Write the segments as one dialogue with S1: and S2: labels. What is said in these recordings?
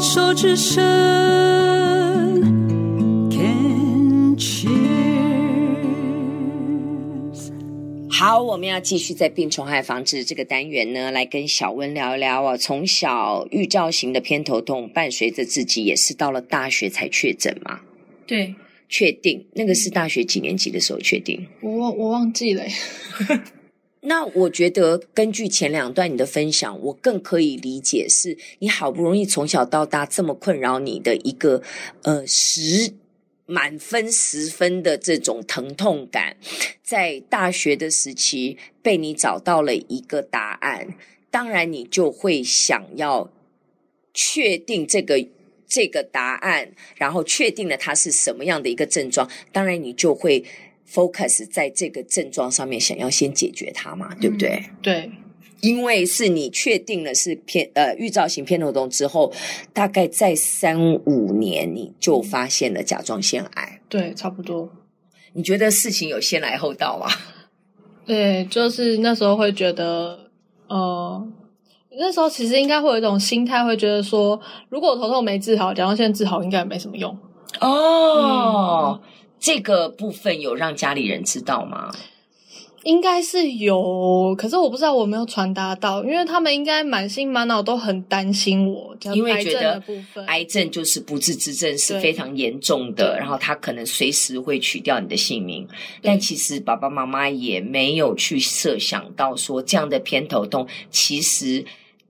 S1: 手之声，Can cheers。
S2: 好，我们要继续在病虫害防治这个单元呢，来跟小温聊一聊啊。从小预兆型的偏头痛，伴随着自己也是到了大学才确诊嘛？
S3: 对
S2: 确定那个是大学几年级的时候确定？
S3: 我忘我忘记了，
S2: 那我觉得，根据前两段你的分享，我更可以理解是，你好不容易从小到大这么困扰你的一个呃十满分十分的这种疼痛感，在大学的时期被你找到了一个答案，当然你就会想要确定这个。这个答案，然后确定了它是什么样的一个症状，当然你就会 focus 在这个症状上面，想要先解决它嘛，对不对？
S3: 对
S2: 因为是你确定了是偏呃预兆型偏头痛之后，大概在三五年你就发现了甲状腺癌。
S3: 对，差不多。
S2: 你觉得事情有先来后到吗？
S3: 对，就是那时候会觉得，呃，那时候其实应该会有一种心态，会觉得说，如果我头痛没治好，甲状腺治好应该也没什么用。
S2: 哦，
S3: 嗯
S2: 这个部分有让家里人知道吗？
S3: 应该是有，可是我不知道我有没有传达到，因为他们应该满心满脑都很担心我，这样
S2: 因为
S3: 呃癌
S2: 觉
S3: 症的
S2: 得
S3: 部分，
S2: 癌症就是不治之症，是
S3: 对
S2: 非常严重的，
S3: 对
S2: 然后它可能随时会取掉你的性命。
S3: 对
S2: 但其实爸爸妈妈也没有去设想到说，这样的偏头痛其实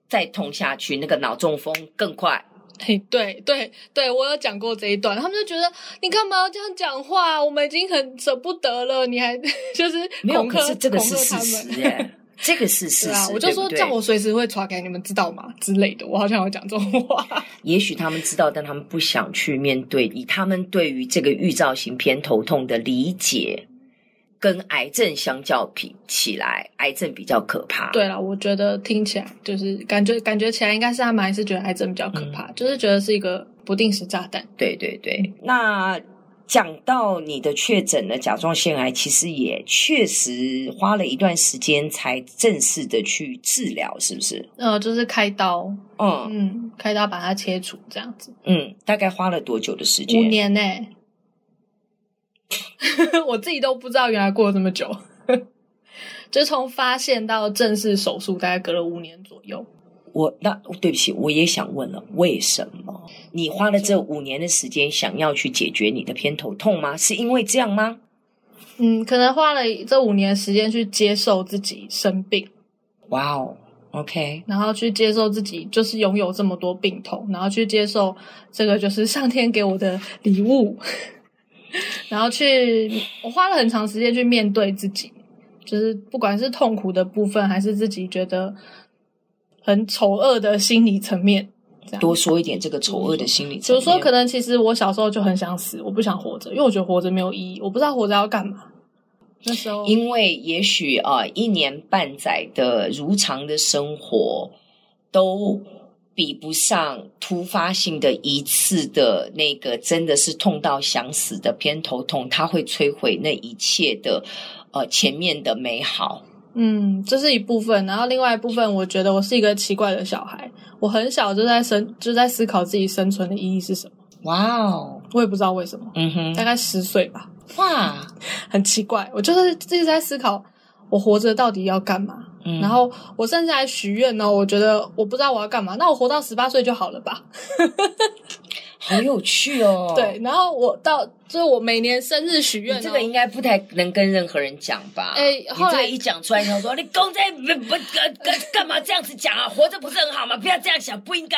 S2: 再痛下去，那个脑中风更快。
S3: 嘿，对对对，我有讲过这一段，他们就觉得你干嘛要这样讲话？我们已经很舍不得了，你还 就是
S2: 没有，
S3: 恐吓
S2: 哦可是这个是
S3: 恐吓
S2: 事
S3: 他们
S2: 实耶，这个是事
S3: 对
S2: 实。
S3: 啊，我就
S2: 对
S3: 说
S2: 不对
S3: 叫我随时会传给你们知道吗之类的，我好像有讲这种 话。
S2: 也许他们知道，但他们不想去面对。以他们对于这个预兆型偏头痛的理解，跟癌症相较比起来，癌症比较可怕。
S3: 对了，我觉得听起来就是感觉感觉起来应该是他们还是觉得癌症比较可怕，
S2: 嗯
S3: 就是觉得是一个不定时炸弹。
S2: 对对
S3: 嗯
S2: 对，那讲到你的确诊的甲状腺癌，其实也确实花了一段时间才正式的去治疗，是不是？
S3: 呃，就是开刀，
S2: 嗯
S3: 嗯，开刀把它切除这样子，
S2: 嗯，大概花了多久的时间？
S3: 五。年呢、 我自己都不知道原来过了这么久， 就从发现到正式手术，大概隔了五年左右。
S2: 我那对不起，我也想问了，为什么你花了这五年的时间想要去解决你的偏头痛吗？是因为这样吗？
S3: 嗯，可能花了这五年时间去接受自己生病，
S2: 哇哦，OK，
S3: 然后去接受自己就是拥有这么多病痛，然后去接受这个就是上天给我的礼物， 然后去我花了很长时间去面对自己，就是不管是痛苦的部分，还是自己觉得很丑恶的心理层面，这样
S2: 多说一点这个丑恶的心理
S3: 比
S2: 层
S3: 如
S2: 面。
S3: 说，可能其实我小时候就很想死，我不想活着，因为我觉得活着没有意义，我不知道活着要干嘛。那时候，
S2: 因为也许啊、呃一年半载的如常的生活都比不上突发性的一次的那个真的是痛到想死的偏头痛，它会摧毁那一切的呃前面的美好。
S3: 嗯，这是一部分，然后另外一部分，我觉得我是一个奇怪的小孩，我很小就在生就在思考自己生存的意义是什么，
S2: 哇哦，
S3: 我也不知道为什么，
S2: 嗯哼
S3: 大，概十岁吧，
S2: 哇，
S3: 很奇怪，我就是一直在思考我活着到底要干嘛，
S2: 嗯
S3: 然后我甚至还许愿呢，我觉得我不知道我要干嘛，那我活到十八岁就好了吧，
S2: 好有趣哦。
S3: 对，，然后我到就是我每年生日许愿、哦，
S2: 你这个应该不太能跟任何人讲吧？
S3: 哎
S2: 你
S3: 后
S2: 这
S3: 来
S2: 个一讲出来，他说你公在不不干干干嘛这样子讲啊？活着不是很好吗？不要这样想，不应该。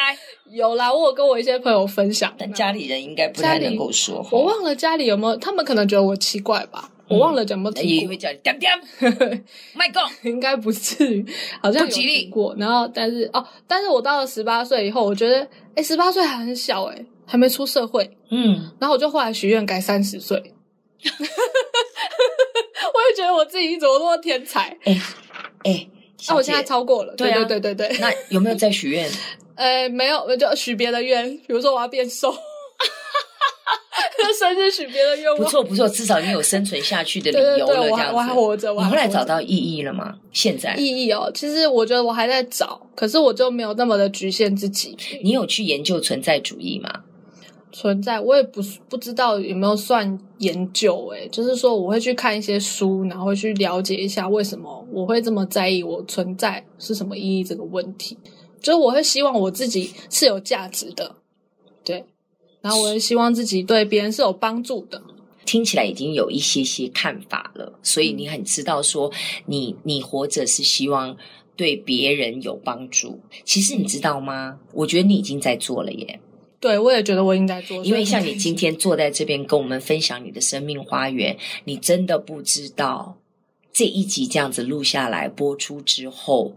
S3: 有啦，我有跟我一些朋友分享，
S2: 但家里人应该不太能够说
S3: 我
S2: 话，
S3: 忘了家里有没有，他们可能觉得我奇怪吧，我忘了有没有
S2: 那
S3: 听
S2: 也
S3: 过
S2: 会叫你点点卖供。
S3: 应该不至于，好像有
S2: 不吉利
S3: 听过。然后，但是哦，但是我到了十八岁以后，我觉得，哎，十八岁还很小，哎，还没出社会。
S2: 嗯，
S3: 然后我就后来许愿改三十岁， 我也觉得我自己怎么那么天才？
S2: 哎哎，
S3: 那、
S2: 小
S3: 哦我
S2: 姐
S3: 现在超过了，
S2: 对
S3: 对
S2: 啊
S3: 对对对对。
S2: 那有没有在许 愿？
S3: 呃，没有，我就许别的愿，比如说我要变瘦。就生日许别的愿
S2: 不
S3: 望。
S2: 错不错，至少你有生存下去的理
S3: 对对
S2: 由了，
S3: 对，
S2: 这
S3: 我还
S2: 样
S3: 我还
S2: 子。
S3: 活着，我
S2: 你
S3: 还
S2: 后来
S3: 活着
S2: 找到意义了吗？现在
S3: 意义哦。其实我觉得我还在找，可是我就没有那么的局限自己
S2: 你有去研究存在主义吗？
S3: 存在。我也不是不知道有没有算研究、诶，就是说我会去看一些书，然后会去了解一下为什么我会这么在意我存在是什么意义这个问题。就是我会希望我自己是有价值的，对，然后我也希望自己对别人是有帮助的。
S2: 听起来已经有一些些看法了，所以你很知道说你你活着是希望对别人有帮助。其实你知道吗？我觉得你已经在做了耶，
S3: 对我也觉得我应该做，
S2: 因为
S3: 所以
S2: 像你今天坐在这边跟我们分享你的生命花园，你真的不知道这一集这样子录下来播出之后。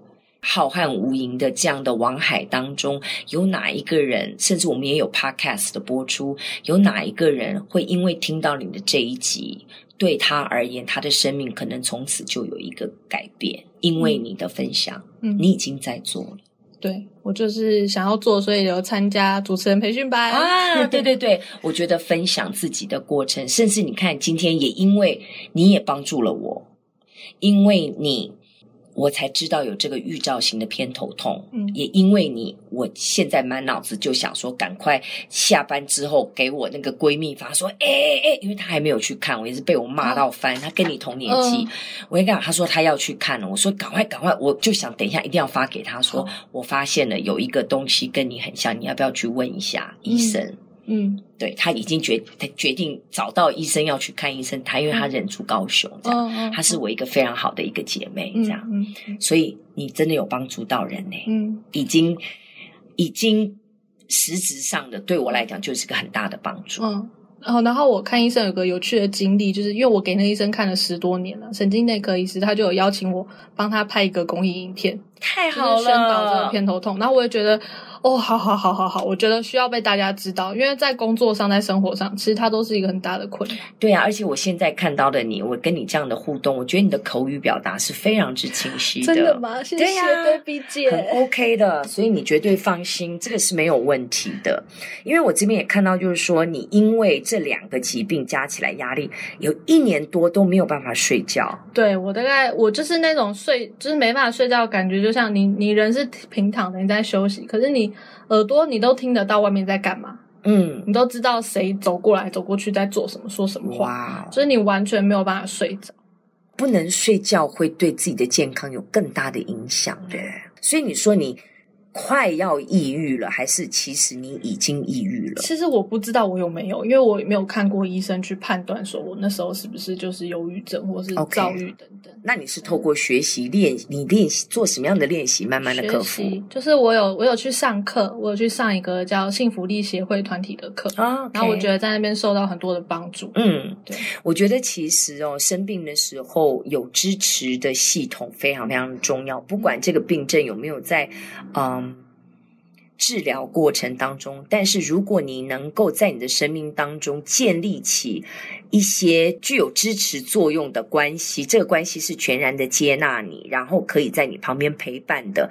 S2: 浩瀚无垠的这样的网海当中，有哪一个人，甚至我们也有 podcast 的播出，有哪一个人会因为听到你的这一集，对他而言，他的生命可能从此就有一个改变？因为你的分享，
S3: 嗯
S2: 你已经在做了。
S3: 对我就是想要做，所以有参加主持人培训班
S2: 啊，对对对，我觉得分享自己的过程，甚至你看今天也因为你也帮助了我，因为你我才知道有这个预兆型的偏头痛，
S3: 嗯
S2: 也因为你，我现在满脑子就想说，赶快下班之后给我那个闺蜜发说，哎哎哎，因为她还没有去看，我也是被我骂到翻，她跟你同年纪，
S3: 嗯
S2: 我跟她讲，她说她要去看了，我说赶快赶快，我就想等一下一定要发给她说
S3: 好，
S2: 我发现了有一个东西跟你很像，你要不要去问一下医生？
S3: 嗯
S2: 对他已经决他决定找到医生要去看医生，他因为他人住高雄，这样、
S3: 嗯嗯，
S2: 她是我一个非常好的一个姐妹，
S3: 嗯
S2: 这样，
S3: 嗯
S2: 所以你真的有帮助到人呢、
S3: 嗯
S2: 已经已经实质上的对我来讲就是个很大的帮助。
S3: 嗯。然后，然后我看医生有个有趣的经历，就是因为我给那医生看了十多年了，神经内科医师，他就有邀请我帮他拍一个公益影片，
S2: 太
S3: 就是宣导这个偏头痛。然后我也觉得，哦，好好好好好，我觉得需要被大家知道，因为在工作上、在生活上，其实它都是一个很大的困扰。
S2: 对啊，而且我现在看到的你，我跟你这样的互动，我觉得你的口语表达是非常之清晰的，
S3: 吗？谢
S2: 对呀
S3: baby
S2: 很 OK 的，所以你绝对放心，这个是没有问题的。因为我这边也看到，就是说你因为这两个疾病加起来压力有一年多都没有办法睡觉，
S3: 对我大概我就是那种睡，就是没办法睡觉，的感觉就像你你人是平躺的，你在休息，可是你耳朵你都听得到外面在干嘛，
S2: 嗯，
S3: 你都知道谁走过来走过去在做什么说什么话，
S2: 哇，
S3: 所以你完全没有办法睡着。
S2: 不能睡觉会对自己的健康有更大的影响的。所以你说你快要抑郁了，还是其实你已经抑郁了？
S3: 其实我不知道我有没有，因为我也没有看过医生去判断说我那时候是不是就是忧郁症或是
S2: OK
S3: 躁郁等等。
S2: 那你是透过学习练，你练习做什么样的练习，慢慢的克
S3: 学
S2: 服
S3: 习就是我有我有去上课，我有去上一个叫幸福力协会团体的课，
S2: 啊
S3: 然后我觉得在那边受到很多的帮助。
S2: 嗯，
S3: 对，
S2: 我觉得其实哦，生病的时候有支持的系统非常非常重要，不管这个病症有没有在嗯治疗过程当中，但是如果你能够在你的生命当中建立起一些具有支持作用的关系，这个关系是全然的接纳你，然后可以在你旁边陪伴的。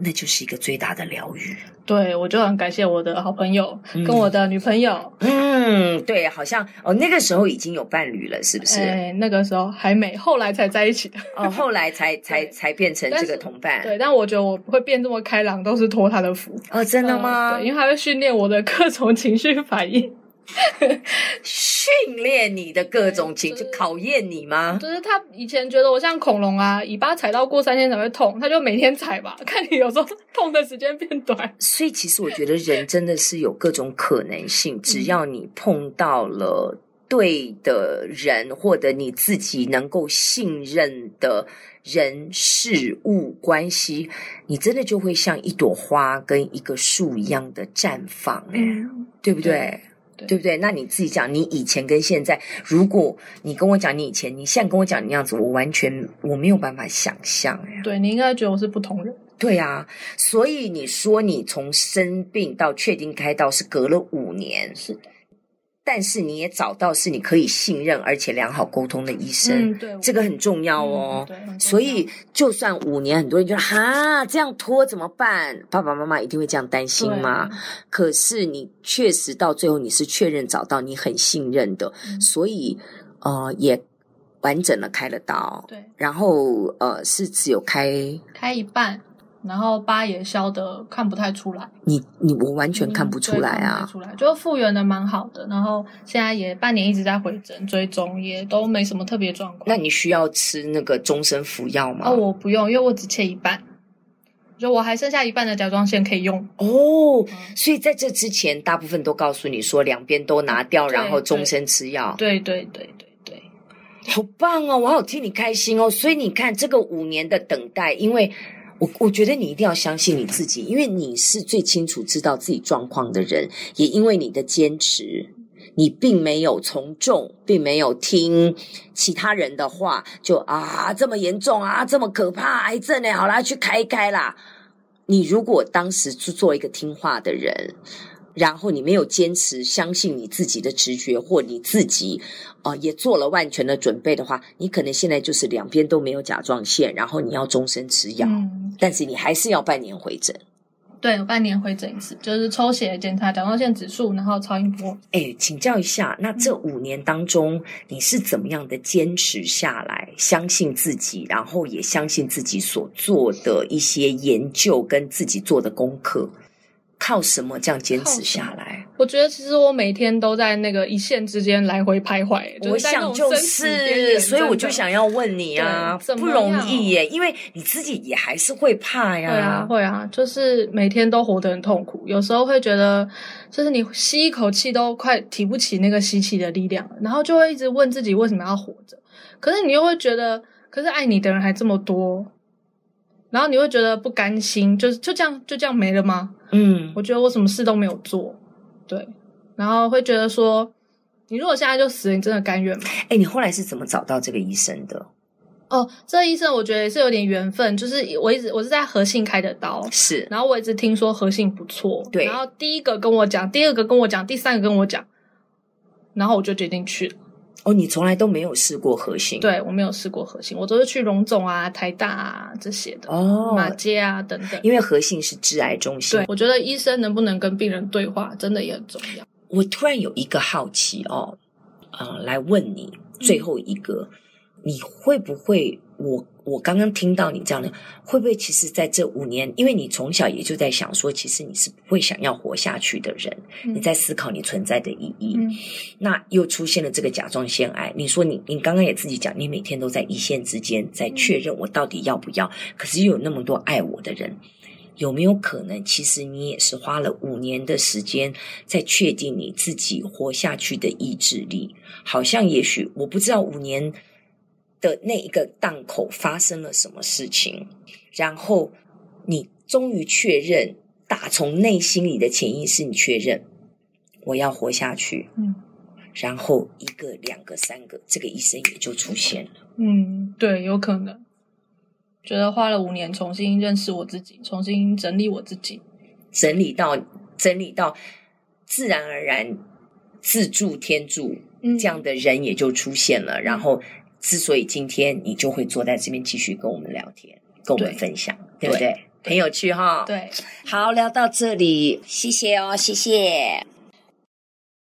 S2: 那就是一个最大的疗愈。
S3: 对，我就很感谢我的好朋友、
S2: 嗯
S3: 跟我的女朋友，
S2: 嗯，对，好像哦，那个时候已经有伴侣了，是不是？
S3: 哎，那个时候还没，后来才在一起 的。
S2: 哦，后来才才
S3: 对
S2: 才变成这个同伴。
S3: 对，但我觉得我会变这么开朗，都是托他的福。
S2: 哦，真的吗？
S3: 嗯对，因为他会训练我的各种情绪反应，
S2: 训练你的各种情，
S3: 对
S2: 就
S3: 就是
S2: 考验你吗？
S3: 就是他以前觉得我像恐龙啊，尾巴踩到过三天才会痛，他就每天踩吧， 看你有时候痛的时间变短。
S2: 所以其实我觉得人真的是有各种可能性，只要你碰到了。对的人，或者你自己能够信任的人、事物、关系，你真的就会像一朵花跟一个树一样的绽放、哎、对不对？
S3: 对
S2: 对不对？那你自己讲，你以前跟现在，如果你跟我讲你以前，你现在跟我讲你那样子，我完全我没有办法想象哎。
S3: 对你应该觉得我是不同人，
S2: 对啊，所以你说你从生病到确定开刀是隔了五年，
S3: 是的，
S2: 但是你也找到是你可以信任而且良好沟通的医生，
S3: 嗯，对，
S2: 这个很重要哦。
S3: 嗯对很重要
S2: 所以，就算五年，很多人就说哈，这样拖怎么办？爸爸妈妈一定会这样担心吗？？可是你确实到最后，你是确认找到你很信任的，
S3: 嗯
S2: 所以呃，也完整的开了刀，
S3: 对，对
S2: 然后呃，是只有开
S3: 开一半，然后疤也消的看不太出来，
S2: 你你我完全看不
S3: 嗯
S2: 出
S3: 对
S2: 来
S3: 看
S2: 啊
S3: 不，出来，就复原的蛮好的，然后现在也半年一直在回诊追踪，也都没什么特别状况。
S2: 那你需要吃那个终身服药吗？
S3: 哦，我不用，因为我只切一半，就我还剩下一半的甲状腺可以用。
S2: 哦
S3: 嗯
S2: 所以在这之前，大部分都告诉你说两边都拿掉，
S3: 对
S2: 然后终身吃药。
S3: 对对对对对，
S2: 好棒哦！我好替你开心哦。所以你看，这个五年的等待，因为我我觉得你一定要相信你自己，因为你是最清楚知道自己状况的人，也因为你的坚持。你并没有从众，并没有听其他人的话，就啊这么严重啊，这么可怕，癌症呢？好啦，去开一开啦。你如果当时是做一个听话的人，然后你没有坚持相信你自己的直觉或你自己啊、呃也做了万全的准备的话，你可能现在就是两边都没有甲状腺，然后你要终身吃药，
S3: 嗯，
S2: 但是你还是要半年回诊。
S3: 对，我半年回诊一次，就是抽血检查甲状腺指数，然后超音波。
S2: 哎，请教一下，那这
S3: 嗯
S2: 五年当中，你是怎么样的坚持下来，相信自己，然后也相信自己所做的一些研究跟自己做的功课，靠什么这样坚持下来？
S3: 我觉得其实我每天都在那个一线之间来回徘徊，
S2: 我
S3: 是在那
S2: 想
S3: 种
S2: 就
S3: 生死边
S2: 是，
S3: 缘
S2: 所以我就。
S3: 真的
S2: 想要问你啊
S3: 对，怎
S2: 不
S3: 么
S2: 容
S3: 样
S2: 易耶，因为你自己也还是会怕呀。
S3: 会啊，会啊，就是每天都活得很痛苦，有时候会觉得，就是你吸一口气都快提不起那个吸气的力量了，然后就会一直问自己为什么要活着，可是你又会觉得，可是爱你的人还这么多，然后你会觉得不甘心，就是就这样就这样没了吗？
S2: 嗯，
S3: 我觉得我什么事都没有做，对，然后会觉得说，你如果现在就死了，你真的甘愿吗？
S2: 哎、你后来是怎么找到这个医生的？
S3: 哦，这医生我觉得也是有点缘分，就是我一直我是在和信开的刀，
S2: 是
S3: 然后我一直听说和信不错，
S2: 对
S3: 然后第一个跟我讲，第二个跟我讲，第三个跟我讲，然后我就决定去了。
S2: 哦，你从来都没有试过核心，，
S3: 对我没有试过和信，我都是去荣总啊、台大啊这些的，
S2: 哦，
S3: 马街啊等等。
S2: 因为核心是致癌中心
S3: 对，。我觉得医生能不能跟病人对话，真的也很重要。嗯
S2: 我突然有一个好奇哦，呃，来问你
S3: 嗯
S2: 最后一个，你会不会？我我刚刚听到你这样的，会不会其实在这五年，因为你从小也就在想说，其实你是不会想要活下去的人，你
S3: 嗯
S2: 在思考你存在的意义。
S3: 嗯，
S2: 那又出现了这个甲状腺癌，你说你你刚刚也自己讲，你每天都在一线之间在确认我到底要不要，可是又有那么多爱我的人，有没有可能其实你也是花了五年的时间在确定你自己活下去的意志力？好像也许我不知道五年的那一个档口发生了什么事情，然后你终于确认，打从内心里的潜意识你确认我要活下去，
S3: 嗯，
S2: 然后一个、两个、三个，这个医生也就出现了。
S3: 嗯，对，有可能。觉得花了五年重新认识我自己，重新整理我自己。
S2: 整理到整理到自然而然自助天助
S3: 嗯
S2: 这样的人也就出现了。然后，之所以今天你就会坐在这边继续跟我们聊天，跟我们
S3: 对
S2: 分享，对不
S3: 对
S2: 对？很有趣哈、，
S3: 对，
S2: 好，聊到这里，谢谢哦，谢谢。